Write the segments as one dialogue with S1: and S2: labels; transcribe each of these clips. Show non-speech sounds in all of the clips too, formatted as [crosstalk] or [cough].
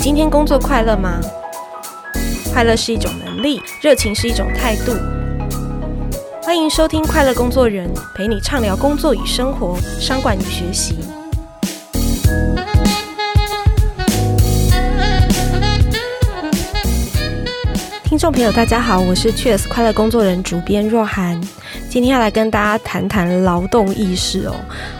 S1: 今天工作快乐吗？快乐是一种能力，热情是一种态度。欢迎收听《快乐工作人》，陪你畅聊工作与生活、商管与学习。听众朋友，大家好，我是 Cheers 快乐工作人主编若涵，今天要来跟大家谈谈劳动意识哦。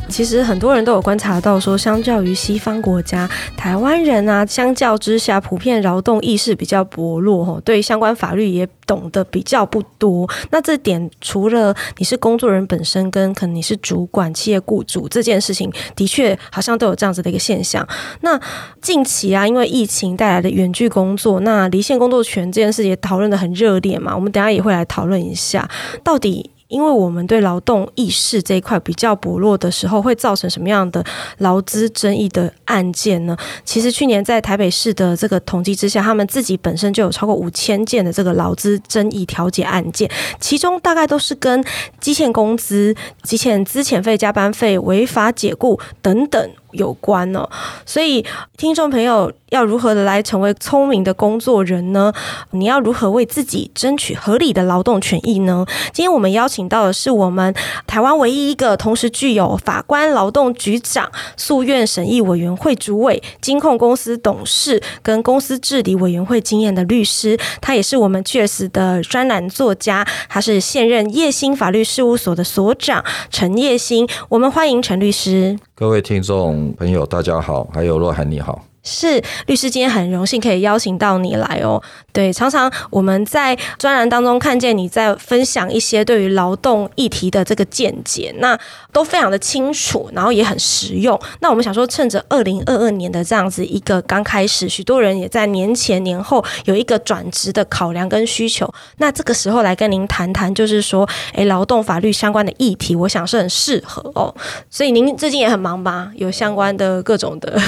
S1: 其实很多人都有观察到说，相较于西方国家，台湾人啊，相较之下，普遍劳动意识比较薄弱哦，对相关法律也懂得比较不多。那这点除了你是工作人本身，跟可能你是主管、企业雇主这件事情，的确好像都有这样子的一个现象。那近期啊，因为疫情带来的远距工作，那离线工作权这件事也讨论的很热烈嘛。我们等一下也会来讨论一下，到底因为我们对劳动意识这一块比较薄弱的时候，会造成什么样的劳资争议的案件呢？其实去年在台北市的这个统计之下，他们自己本身就有超过五千件的这个劳资争议调解案件，其中大概都是跟基欠工资、基欠资遣费、加班费、违法解雇等等有关哦。所以，听众朋友要如何的来成为聪明的工作人呢？你要如何为自己争取合理的劳动权益呢？今天我们邀请到的是我们台湾唯一一个同时具有法官、劳动局长、诉愿审议委员会主委、金控公司董事跟公司治理委员会经验的律师，他也是我们 Cheers 的专栏作家，他是现任叶兴法律事务所的所长陈叶兴。我们欢迎陈律师。
S2: 各位听众朋友，大家好，还有若涵你好。
S1: 是律师，今天很荣幸可以邀请到你来哦。对，常常我们在专栏当中看见你在分享一些对于劳动议题的这个见解，那都非常的清楚，然后也很实用。那我们想说，趁着二零二二年的这样子一个刚开始，许多人也在年前年后有一个转职的考量跟需求，那这个时候来跟您谈谈，就是说，诶，劳动法律相关的议题，我想是很适合哦。所以您最近也很忙吧？有相关的各种的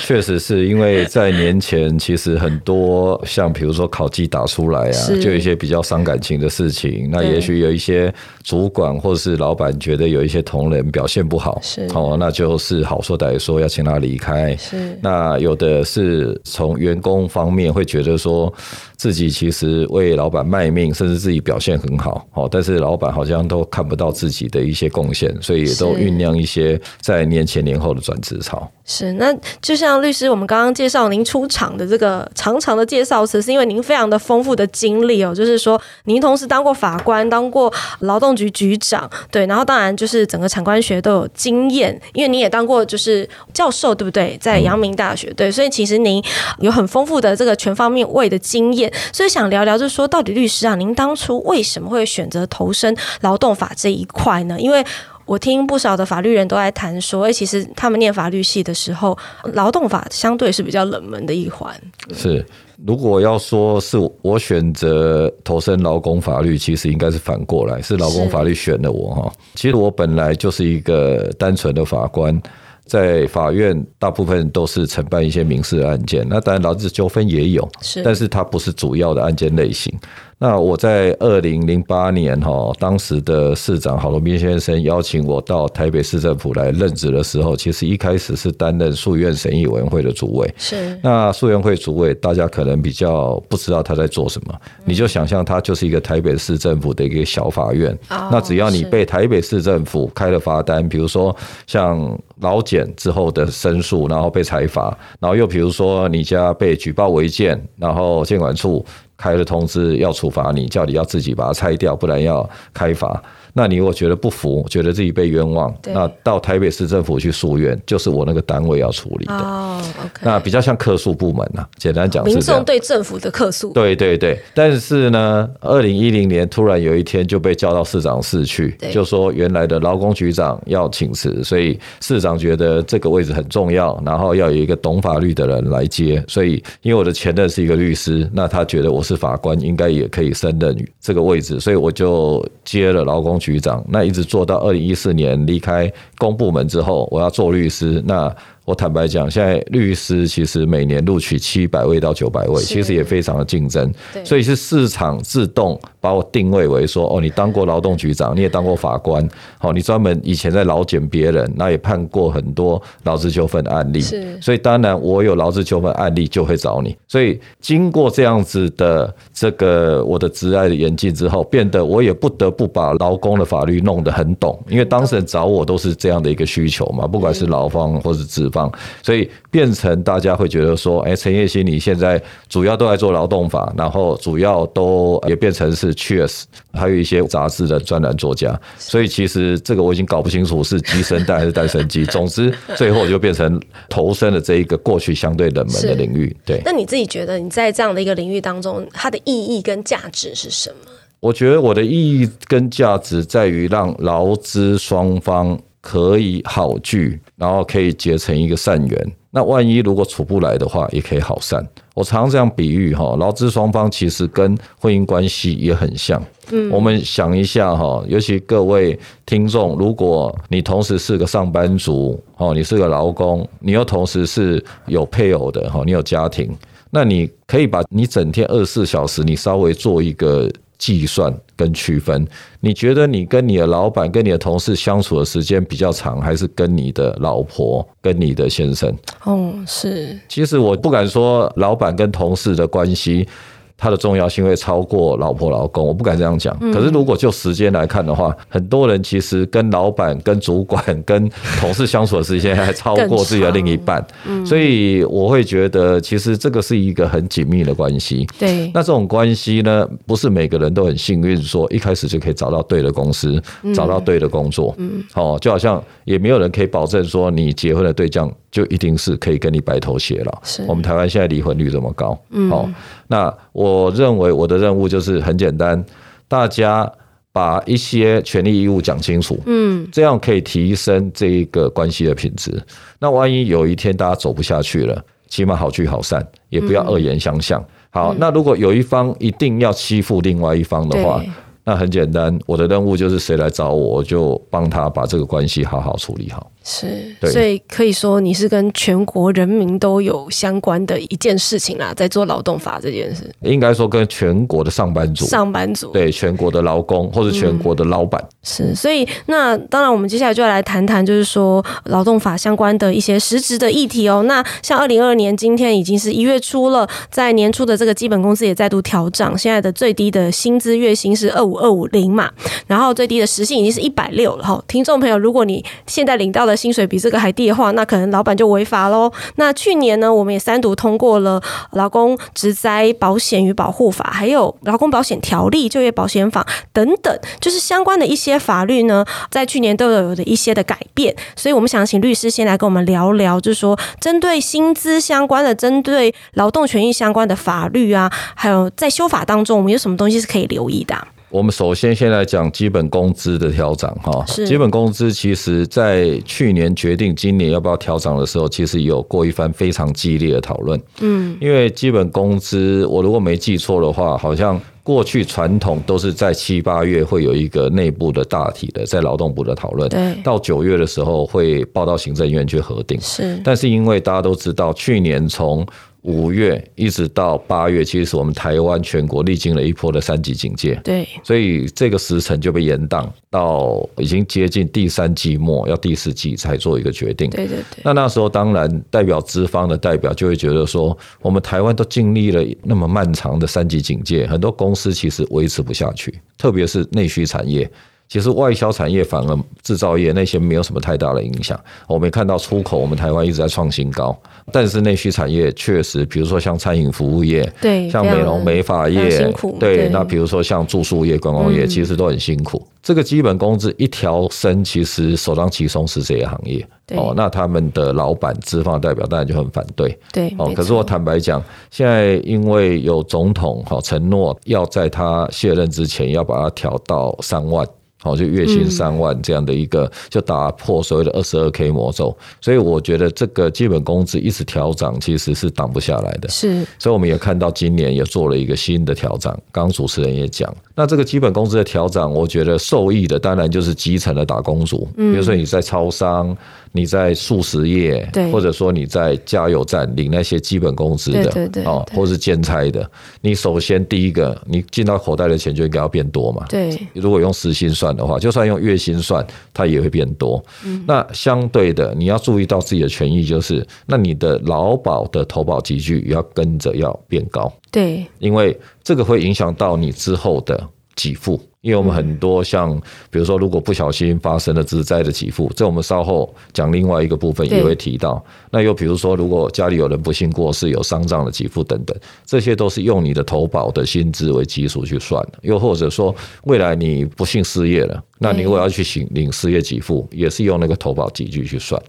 S2: 确实是因为在年前， [laughs] 其实很多像比如说考绩打出来啊，
S1: 是
S2: 就有一些比较伤感情的事情。那也许有一些主管或是老板觉得有一些同仁表现不好，
S1: 是
S2: 哦，那就是好说歹说要请他离开。
S1: 是
S2: 那有的是从员工方面会觉得说自己其实为老板卖命，甚至自己表现很好，哦，但是老板好像都看不到自己的一些贡献，所以也都
S1: 是
S2: 酝酿一些在年前年后的转职潮。
S1: 是，那就像律师，我们刚刚介绍您出场的这个长长的介绍词，是因为您非常的丰富的经历哦，就是说您同时当过法官，当过劳动局局长，对，然后当然就是整个产官学都有经验，因为你也当过就是教授，对不对？在阳明大学，对，所以其实您有很丰富的这个全方面位的经验，所以想聊聊，就是说到底律师啊，您当初为什么会选择投身劳动法这一块呢？因为我听不少的法律人都在谈说，哎、其实他们念法律系的时候，劳动法相对是比较冷门的一环。
S2: 是，如果要说是我选择投身劳工法律，其实应该是反过来，是劳工
S1: 是
S2: 法律选了我哈。其实我本来就是一个单纯的法官。在法院，大部分都是承办一些民事案件，那当然劳资纠纷也有，
S1: 是
S2: 但是它不是主要的案件类型。那我在二零零八年哈，当时的市长郝龙斌先生邀请我到台北市政府来任职的时候，其实一开始是担任诉愿审议委员会的主委，
S1: 是
S2: 那溯源会主委，大家可能比较不知道他在做什么，
S1: 嗯
S2: 你就想象他就是一个台北市政府的一个小法院。
S1: 哦
S2: 那只要你
S1: 是
S2: 被台北市政府开了罚单，比如说像劳检之后的申诉，然后被裁罚，然后又比如说你家被举报违建，然后监管处开了通知要处罚你，叫你要自己把它拆掉，不然要开罚。那你如果觉得不服，觉得自己被冤枉，
S1: 嗯对
S2: 那到台北市政府去诉愿，就是我那个单位要处理的。
S1: 哦，OK，
S2: 那比较像客诉部门呐、啊，简单讲是
S1: 民
S2: 这样
S1: 众。对政府的客诉，
S2: 对对对，但是呢，二零一零年突然有一天就被叫到市长室去
S1: 对，
S2: 就说原来的劳工局长要请辞，所以市长觉得这个位置很重要，然后要有一个懂法律的人来接。所以，因为我的前任是一个律师，那他觉得我是法官，应该也可以胜任这个位置，所以我就接了劳工局长，那一直做到二零一四年离开公部门之后，我要做律师，那我坦白讲，现在律师其实每年录取七百位到九百位，
S1: 是
S2: 其实也非常的竞争，
S1: 对
S2: 所以是市场自动把我定位为说，哦，你当过劳动局长，你也当过法官，好、你专门以前在劳检别人，那也判过很多劳资纠纷案例，
S1: 是
S2: 所以当然我有劳资纠纷案例就会找你。所以经过这样子的这个我的职爱的演进之后，变得我也不得不把劳工的法律弄得很懂，因为当事人找我都是这样的一个需求嘛，不管是劳方或是资方，所以变成大家会觉得说，哎，陈业新你现在主要都在做劳动法，然后主要都也变成是 Cheers，还有一些杂志的专栏作家，所以其实这个我已经搞不清楚是鸡生蛋还是蛋生鸡，总之最后就变成投身了这一个过去相对冷门的领域。对，
S1: 那你自己觉得你在这样的一个领域当中，它的意义跟价值是什么？
S2: 我觉得我的意义跟价值在于让劳资双方可以好聚，然后可以结成一个善缘。那万一如果处不来的话，也可以好散。我常这样比喻哈，劳资双方其实跟婚姻关系也很像。嗯，我们想一下哈，尤其各位听众，如果你同时是个上班族哦，你是个劳工，你又同时是有配偶的哦哈，你有家庭，那你可以把你整天二十四小时，你稍微做一个计算跟区分。你觉得你跟你的老板、跟你的同事相处的时间比较长，还是跟你的老婆、跟你的先生？
S1: 哦，是
S2: 其实我不敢说老板跟同事的关系。它的重要性会超过老婆老公，我不敢这样讲。可是如果就时间来看的话，很多人其实跟老板、跟主管、跟同事相处的时间还超
S1: 更
S2: 过自己的
S1: 长
S2: 另一半，所以我会觉得其实这个是一个很紧密的关系。
S1: 对，
S2: 那这种关系呢，不是每个人都很幸运，说一开始就可以找到对的公司，找到对的工作。嗯，哦，就好像也没有人可以保证说你结婚的对象就一定是可以跟你白头偕老。
S1: 是
S2: 我们台湾现在离婚率这么高。嗯，哦，那我认为我的任务就是很简单，大家。把一些权利义务讲清楚，嗯，这样可以提升这一个关系的品质。那万一有一天大家走不下去了，起码好聚好散，也不要恶言相向。
S1: 嗯
S2: 好，那如果有一方一定要欺负另外一方的话
S1: 对，
S2: 那很简单，我的任务就是谁来找我，我就帮他把这个关系好好处理好。
S1: 是，
S2: 对
S1: 所以可以说你是跟全国人民都有相关的一件事情啦，在做劳动法这件事，
S2: 应该说，跟全国的上班族，
S1: 上嗯班族
S2: 对全国的劳工或者全国的老板，
S1: 是，所以那当然，我们接下来就要来谈谈，就是说劳动法相关的一些实质的议题哦。那像二零二二年今天已经是一月初了，在年初的这个基本工资也再度调涨，现在的最低的薪资月薪是二五二五零嘛，然后最低的时薪已经是一百六了哈。听众朋友，如果你现在领到的薪水比这个还低的话，那可能老板就违法喽。那去年呢，我们也三读通过了《劳工职灾保险与保护法》，还有《劳工保险条例》、《就业保险法》等等，就是相关的一些法律呢，在去年都有的一些的改变，所以我们想请律师先来跟我们聊聊，就是说针对薪资相关的、针对劳动权益相关的法律啊，还有在修法当中，我们有什么东西是可以留意的啊、
S2: 我们首先先来讲基本工资的调整哈，
S1: 是
S2: 基本工资其实在去年决定今年要不要调整的时候，其实有过一番非常激烈的讨论。嗯，因为基本工资，我如果没记错的话，好像过去传统都是在七八月会有一个内部的大体的在劳动部的讨论，
S1: 对
S2: 到九月的时候会报到行政院去核定。
S1: 是
S2: 但是因为大家都知道，去年从五月一直到八月，其实我们台湾全国历经了一波的三级警戒。
S1: 对，
S2: 所以这个时程就被延宕到已经接近第三季末，要第四季才做一个决定。
S1: 对对对，
S2: 那那时候当然代表资方的代表就会觉得说，我们台湾都经历了那么漫长的三级警戒，很多公司其实维持不下去，特别是内需产业。其实外销产业反而制造业那些没有什么太大的影响，我们也看到出口，我们台湾一直在创新高，但是内需产业确实，比如说像餐饮服务业，
S1: 对
S2: 像
S1: 非常
S2: 美容美发
S1: 非常
S2: 业，
S1: 辛苦对
S2: 对，那比如说像住宿业、观光业，其实都很辛苦。这个基本工资一调升，其实首当其冲是这些行业。哦
S1: 对
S2: 那他们的老板、资方代表当然就很反对。
S1: 对，嗯
S2: 哦
S1: 没，
S2: 可是
S1: 错
S2: 我坦白讲，现在因为有总统哈、哦承诺要在他卸任之前要把它调到三万。好，就月
S1: 嗯
S2: 薪三万这样的一个，就打破所谓的二十二 K 魔咒，所以我觉得这个基本工资一直调涨，其实是挡不下来的。
S1: 是
S2: 所以我们也看到今年也做了一个新的调整，刚刚主持人也讲，那这个基本
S1: 嗯
S2: 工资的调整，我觉得受益的当然就是基层的打工族，比如说你在超商，你在素食业
S1: 对，
S2: 或者说你在加油站领那些基本工资的，
S1: 对对对
S2: 哦，
S1: 对
S2: 或是兼差的，你首先第一个，你进到口袋的钱就应该要变多嘛。
S1: 对
S2: 如果用时薪算的话，就算用月薪算，它也会变多。那相对的，你要注意到自己的权益，就是那你的劳保的投保集聚也要跟着要变高，
S1: 对
S2: 因为这个会影响到你之后的给付。因为我们很多像，比如说，如果不小心发生了职灾的给付，这我们稍后讲另外一个部分
S1: 对
S2: 也会提到。那又比如说，如果家里有人不幸过世，有丧葬的给付等等，这些都是用你的投保的薪资为基数去算的。又或者说，未来你不幸失业了，那你
S1: 对
S2: 如果要去行领失业给付，也是用那个投保集聚去算。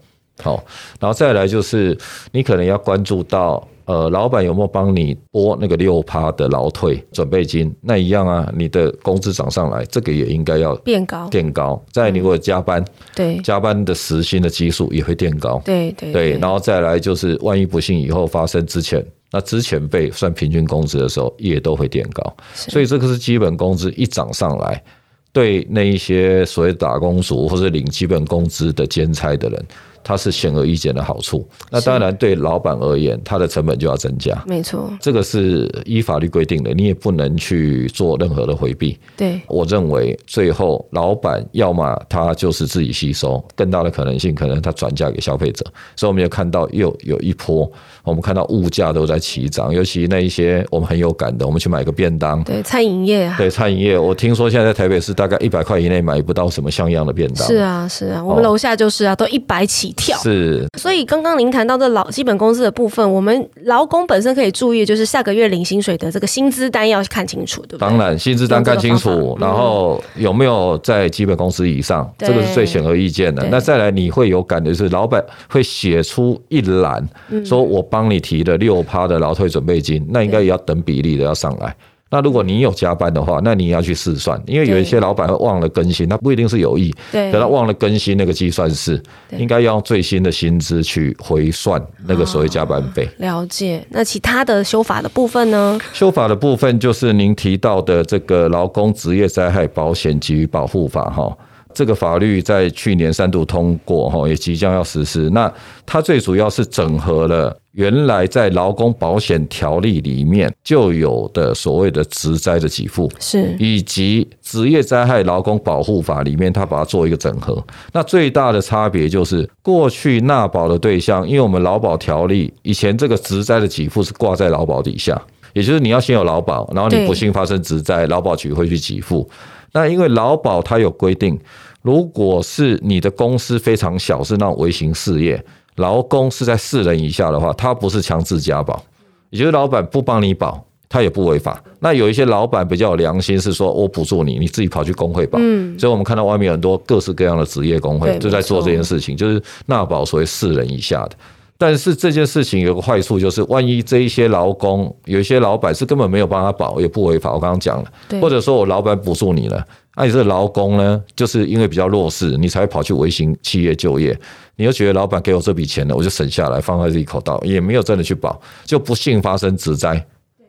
S2: 好，然后再来就是你可能要关注到，呃，老板有没有帮你拨那个六趴的劳退准备金？那一样啊，你的工资涨上来，这个也应该要
S1: 变高，
S2: 垫高。再来你如果加班，
S1: 对
S2: 加班的时薪的基数也会垫高。
S1: 对对
S2: 对，然后再来就是，万一不幸以后发生之前，那之前被算平均工资的时候，也都会垫高。
S1: 是
S2: 所以这个是基本工资一涨上来，对那一些所谓打工族或者领基本工资的兼差的人，它是显而易见的好处。那当然，对老板而言，它的成本就要增加。
S1: 没错，
S2: 这个是依法律规定的，你也不能去做任何的回避。
S1: 对
S2: 我认为最后老板要么他就是自己吸收，更大的可能性可能他转嫁给消费者。所以我们也看到又有一波，我们看到物价都在齐涨，尤其那一些我们很有感的，我们去买个便当。
S1: 对，餐饮业啊，
S2: 对餐饮业，我听说现在在台北市大概一百块以内买不到什么像样的便当。
S1: 是啊是啊，我们
S2: 哦
S1: 楼下就是啊，都一百起跳。
S2: 是
S1: 所以刚刚您谈到这劳基本工资的部分，我们劳工本身可以注意，就是下个月领薪水的这个薪资单要看清楚，对不对？
S2: 当然，薪资单看清楚
S1: 用这个方，法嗯
S2: 然后有没有在基本工资以上，
S1: 对
S2: 这个是最显而易见的
S1: 对。
S2: 那再来，你会有感觉是老板会写出一栏，
S1: 嗯
S2: 说我帮你提了六趴的劳退准备金，那应该也要等比例的要上来。那如果你有加班的话，那你也要去试算，因为有一些老板会忘了更新，他不一定是有意，
S1: 对
S2: 可他忘了更新那个计算式，
S1: 对
S2: 应该要用最新的薪资去回算那个所谓加班费。
S1: 了解。那其他的修法的部分呢？
S2: 修法的部分就是您提到的这个《劳工职业灾害保险给予保护法》哈。这个法律在去年三度通过，哈，也即将要实施。那它最主要是整合了原来在劳工保险条例里面就有的所谓的职灾的给付，
S1: 是
S2: 以及职业灾害劳工保护法里面，它把它做一个整合。那最大的差别就是，过去纳保的对象，因为我们劳保条例以前这个职灾的给付是挂在劳保底下，也就是你要先有劳保，然后你
S1: 对
S2: 不幸发生职灾，劳保局会去给付。那因为劳保它有规定，如果是你的公司非常小，是那种微型事业，劳工是在四人以下的话，它不是强制加保。也就是老板不帮你保，他也不违法。那有一些老板比较有良心，是说我补助你，你自己跑去工会保。嗯，所以我们看到外面很多各式各样的职业工会
S1: 对
S2: 就在做这件事情，就是纳保所谓四人以下的。但是这件事情有个坏处，就是万一这一些劳工，有一些老板是根本没有帮他保，也不违法。我刚刚讲了，
S1: 对
S2: 或者说我老板补助你了，那、你这个劳工呢，就是因为比较弱势，你才会跑去微型企业就业，你就觉得老板给我这笔钱了，我就省下来放在自己口袋，也没有真的去保，就不幸发生职灾。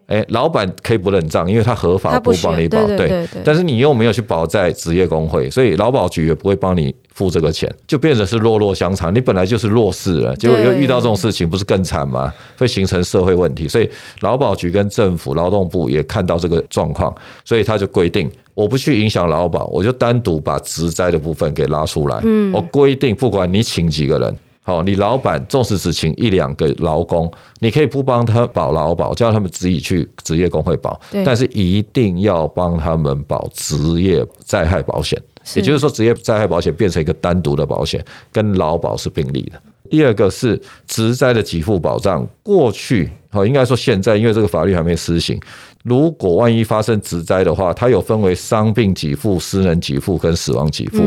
S2: 哎，老板可以不认账，因为他合法
S1: 他不需要
S2: 帮你保，
S1: 对对对对
S2: 但是你又没有去保在职业工会，所以劳保局也不会帮你付这个钱，就变成是弱弱相残。你本来就是弱势了，结果又遇到这种事情，不是更惨吗？会形成社会问题。所以劳保局跟政府、劳动部也看到这个状况，所以他就规定。我不去影响劳保，我就单独把职灾的部分给拉出来。嗯，我规定，不管你请几个人，好、你老板纵使只请一两个劳工，你可以不帮他保劳保，叫他们自己去职业工会保
S1: 对，
S2: 但是一定要帮他们保职业灾害保险。
S1: 是
S2: 也就是说，职业灾害保险变成一个单独的保险，跟劳保是并立的。第二个是职灾的给付保障，过去哦，应该说现在，因为这个法律还没施行，如果万一发生职灾的话，它有分为伤病给付、私人给付跟死亡给付。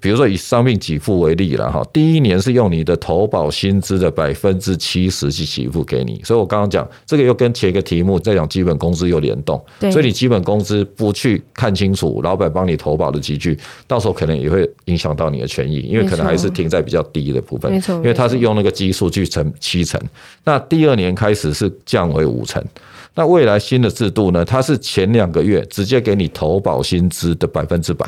S2: 比如说以伤病给付为例了哈，第一年是用你的投保薪资的百分之七十去给付给你，所以我刚刚讲这个又跟前一个题目在讲基本工资有联动
S1: 对，
S2: 所以你基本工资不去看清楚，老板帮你投保的集聚，到时候可能也会影响到你的权益，因为可能还是停在比较低的部分，
S1: 没错
S2: 因为它是用那个基数去乘七成，那第二年开始是降为五成。那未来新的制度呢？它是前两个月直接给你投保薪资的百分之百，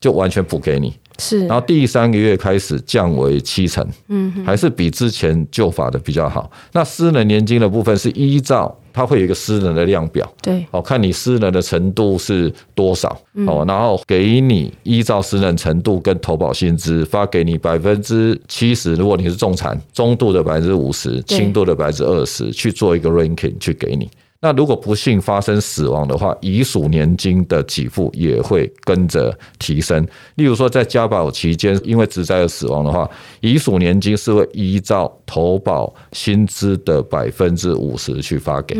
S2: 就完全补给你。
S1: 是
S2: 然后第三个月开始降为七成，嗯，还是比之前旧法的比较好。那私人年金的部分是依照它会有一个私人的量表，
S1: 对，嗯
S2: 哦，看你私人的程度是多少哦，然后给你依照私人程度跟投保薪资发给你百分之七十，如果你是重残，中度的百分之五十，
S1: 对
S2: 轻度的百分之二十去做一个 ranking 去给你。那如果不幸发生死亡的话，遗属年金的给付也会跟着提升。例如说，在加保期间，因为职灾而死亡的话，遗属年金是会依照投保薪资的百分之五十去发给。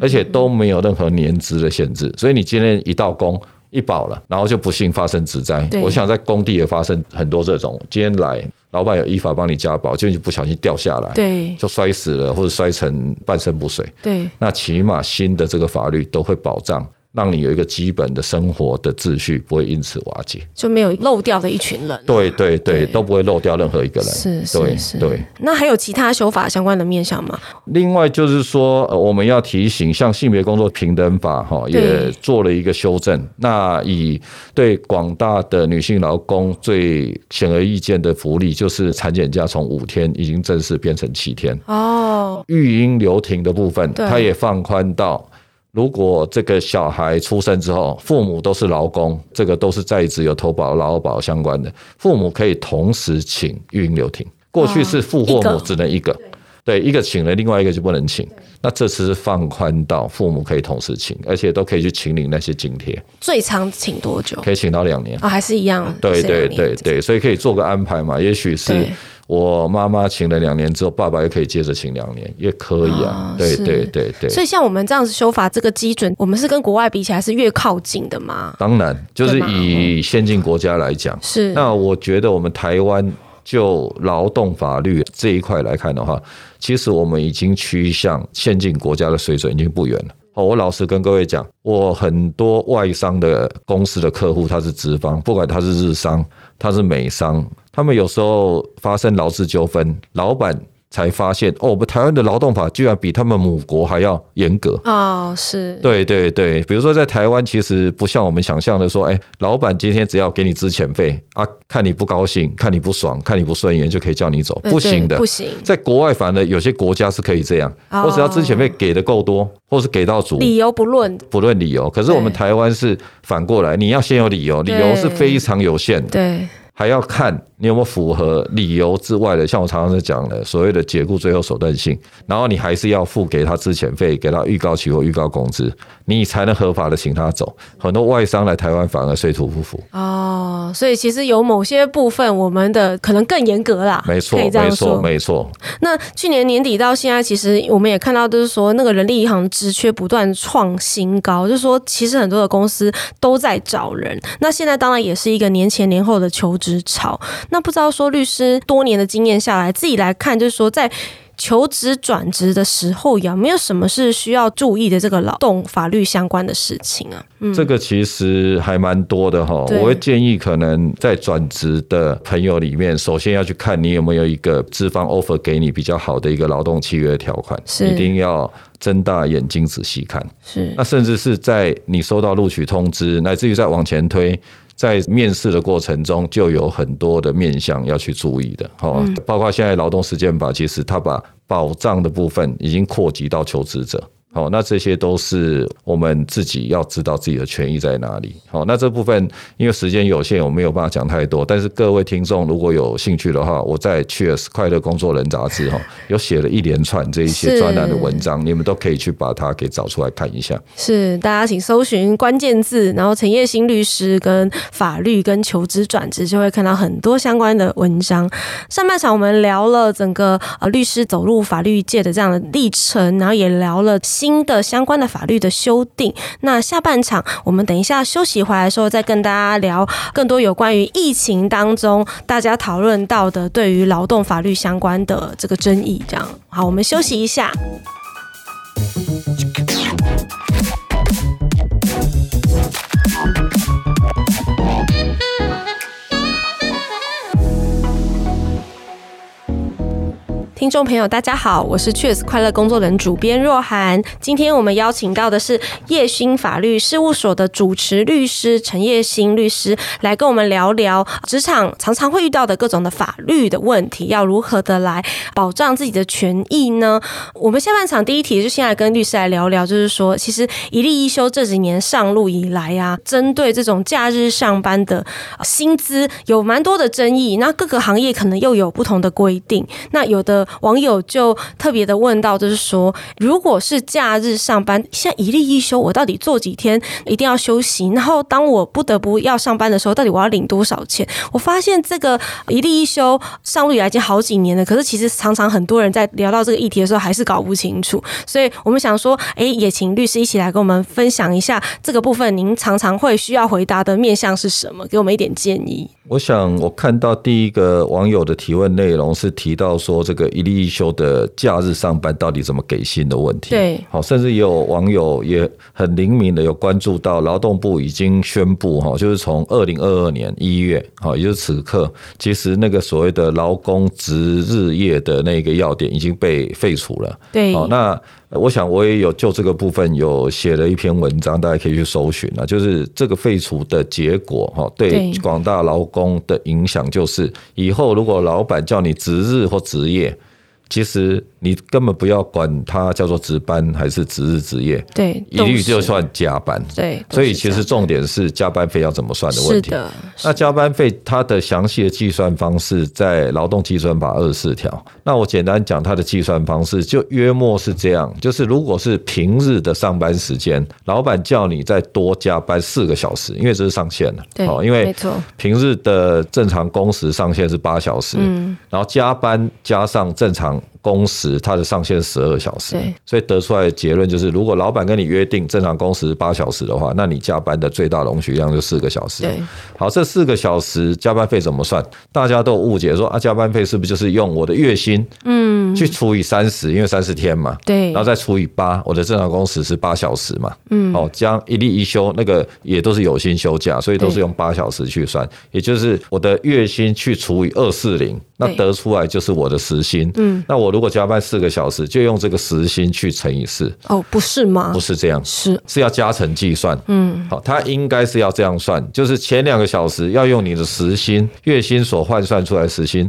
S2: 而且都没有任何年资的限制，所以你今天一到工一保了，然后就不幸发生职灾
S1: 对。
S2: 我想在工地也发生很多这种，今天来老板有依法帮你加保，就你不小心掉下来，
S1: 对，
S2: 就摔死了或者摔成半身不遂，
S1: 对，
S2: 那起码新的这个法律都会保障，让你有一个基本的生活的秩序不会因此瓦解。
S1: 就没有漏掉的一群人。
S2: 对对对，
S1: 对
S2: 都不会漏掉任何一个人。
S1: 是是
S2: 对
S1: 是
S2: 对。
S1: 那还有其他修法相关的面向吗？
S2: 另外就是说，呃我们要提醒，像性别工作平等法哈，
S1: 对
S2: 也做了一个修正。那以对广大的女性劳工最显而易见的福利，就是产检假从五天已经正式变成七天。
S1: 哦，
S2: 育婴留停的部分，
S1: 对
S2: 它也放宽到，如果这个小孩出生之后，父母都是劳工，这个都是在职有投保、劳保相关的，父母可以同时请育婴留停。过去是父或
S1: 啊一个
S2: 母只能一个，对，一个请了，另外一个就不能请。那这次是放宽到父母可以同时请，而且都可以去请领那些津贴，
S1: 最长请多久？
S2: 可以请到两年。
S1: 哦，还是一样。是
S2: 对
S1: 两
S2: 对
S1: 年
S2: 对对，所以可以做个安排嘛。也许是
S1: 对
S2: 我妈妈请了两年之后，爸爸也可以接着请两年，也可以
S1: 啊。
S2: 啊对
S1: 是
S2: 对对
S1: 所
S2: 对，
S1: 以像我们这样子修法这个基准，我们是跟国外比起来是越靠近的嘛？
S2: 当然就是
S1: 对嘛
S2: 以先进国家来讲，
S1: 是，
S2: 那我觉得我们台湾就劳动法律这一块来看的话，其实我们已经趋向先进国家的水准，已经不远了。哦，我老实跟各位讲，我很多外商的公司的客户，他是资方，不管他是日商，他是美商，他们有时候发生劳资纠纷，老板才发现，哦，我们台湾的劳动法居然比他们母国还要严格。
S1: 哦，是，
S2: 对对对，比如说在台湾，其实不像我们想象的说，哎，老板今天只要给你支遣费啊，看你不高兴，看你不爽，看你不顺眼就可以叫你走，
S1: 呃
S2: 不行
S1: 对
S2: 的
S1: 不。行，
S2: 在国外，反而有些国家是可以这样，
S1: 哦
S2: 我只要支遣费给的够多，或是给到足，
S1: 理由不论，
S2: 不论理由。可是我们
S1: 对
S2: 台湾是反过来，你要先有理由，理由是
S1: 对
S2: 非常有限的。
S1: 对，
S2: 还要看你有没有符合理由之外的，像我常常在讲的所谓的解雇最后手段性，然后你还是要付给他之前费，给他预告期或预告工资，你才能合法的请他走。很多外商来台湾反而水土不服，
S1: 哦，所以其实有某些部分我们的可能更严格啦，
S2: 没错，
S1: 啊可以这样
S2: 没错，
S1: 说。
S2: 没错，
S1: 那去年年底到现在，其实我们也看到，就是说那个人力银行职缺不断创新高，就是说其实很多的公司都在找人。那现在当然也是一个年前年后的求职潮。那不知道说律师多年的经验下来，自己来看，就是说在。求职转职的时候，有没有什么是需要注意的这个劳动法律相关的事情啊？
S2: 这个其实还蛮多的哈。
S1: 对
S2: 我会建议可能在转职的朋友里面，首先要去看你有没有一个资方 offer 给你比较好的一个劳动契约条款，
S1: 是
S2: 一定要睁大眼睛仔细看。
S1: 是
S2: 那甚至是在你收到录取通知，乃至于再往前推，在面试的过程中，就有很多的面向要去注意的哦，包括现在劳动实践法，其实它把保障的部分已经扩及到求职者。好、那这些都是我们自己要知道自己的权益在哪里。好、那这部分因为时间有限，我没有办法讲太多。但是各位听众如果有兴趣的话，我在《Cheers 快乐工作人》杂志哈、哦，有写了一连串这一些
S1: 是
S2: 专栏的文章，你们都可以去把它给找出来看一下。
S1: 是，大家请搜寻关键字，然后陈叶新律师跟法律跟求职转职，就会看到很多相关的文章。上半场我们聊了整个呃律师走入法律界的这样的历程，然后也聊了新的相关的法律的修订。那下半场我们等一下休息回来的时候，再跟大家聊更多有关于疫情当中大家讨论到的对于劳动法律相关的这个争议。这样，好，我们休息一下。听听众朋友，大家好，我是 Cheers 快乐工作人主编若涵。今天我们邀请到的是叶兴法律事务所的主持律师陈叶兴律师，来跟我们聊聊职场常常会遇到的各种的法律的问题，要如何的来保障自己的权益呢？我们下半场第一题就先来跟律师来聊聊，就是说，其实一例一休这几年上路以来啊，针对这种假日上班的呃薪资有蛮多的争议，那各个行业可能又有不同的规定。那有的网友就特别的问到，就是说，如果是假日上班，像一例一休，我到底做几天一定要休息？然后当我不得不要上班的时候，到底我要领多少钱？我发现这个一例一休上路以来已经好几年了，可是其实常常很多人在聊到这个议题的时候，还是搞不清楚。所以我们想说，诶，也请律师一起来跟我们分享一下这个部分，您常常会需要回答的面向是什么？给我们一点建议。
S2: 我想，我看到第一个网友的提问内容是提到说，这个一例一休的假日上班到底怎么给薪的问题。
S1: 对
S2: 好，甚至也有网友也很灵敏的有关注到，劳动部已经宣布哈，就是从二零二二年一月，好，也就是此刻，其实那个所谓的劳工值日夜的那个要点已经被废除了。
S1: 对，
S2: 好，那呃我想我也有就这个部分有写了一篇文章，大家可以去搜寻啊。就是这个废除的结果哈，对
S1: 对
S2: 广大劳工的影响就是，以后如果老板叫你值日或值夜，其实你根本不要管它叫做值班还是值日值夜，
S1: 对，
S2: 一律就
S1: 都是
S2: 算加班。
S1: 对，都
S2: 所以
S1: 是
S2: 其
S1: 这
S2: 实
S1: 样
S2: 重点是加班费要怎么算的问
S1: 是
S2: 题。
S1: 的，
S2: 那加班费它的详细的计算方式在《劳动基准法》二十四条。那我简单讲它的计算方式，就约莫是这样：就是如果是平日的上班时间，老板叫你再多加班四个小时，因为这是上限了。
S1: 对
S2: 哦，因
S1: 没
S2: 为
S1: 错
S2: 平日的正常工时上限是八小时，
S1: 嗯
S2: 然后加班加上正常工时，它的上限十二小时
S1: 对。
S2: 所以得出来的结论就是，如果老板跟你约定正常工时八小时的话，那你加班的最大容许量就四个小时。
S1: 对
S2: 好，这四个小时加班费怎么算？大家都误解说啊，加班费是不是就是用我的月薪，嗯，去除以三十，因为三十天嘛，
S1: 对
S2: 然后再除以八，我的正常工时是八小时嘛，嗯，哦，将一例一休，那个也都是有薪休假，所以都是
S1: 对
S2: 用八小时去算，也就是我的月薪去除以二四零，那
S1: 对
S2: 得出来就是我的时薪，嗯，那我如果加班四个小时，就用这个时薪去乘以四，
S1: 哦，不是吗？
S2: 不是这样，
S1: 是
S2: 是要加成计算，嗯，好，它应该是要这样算，就是前两个小时要用你的时薪、月薪所换算出来的时薪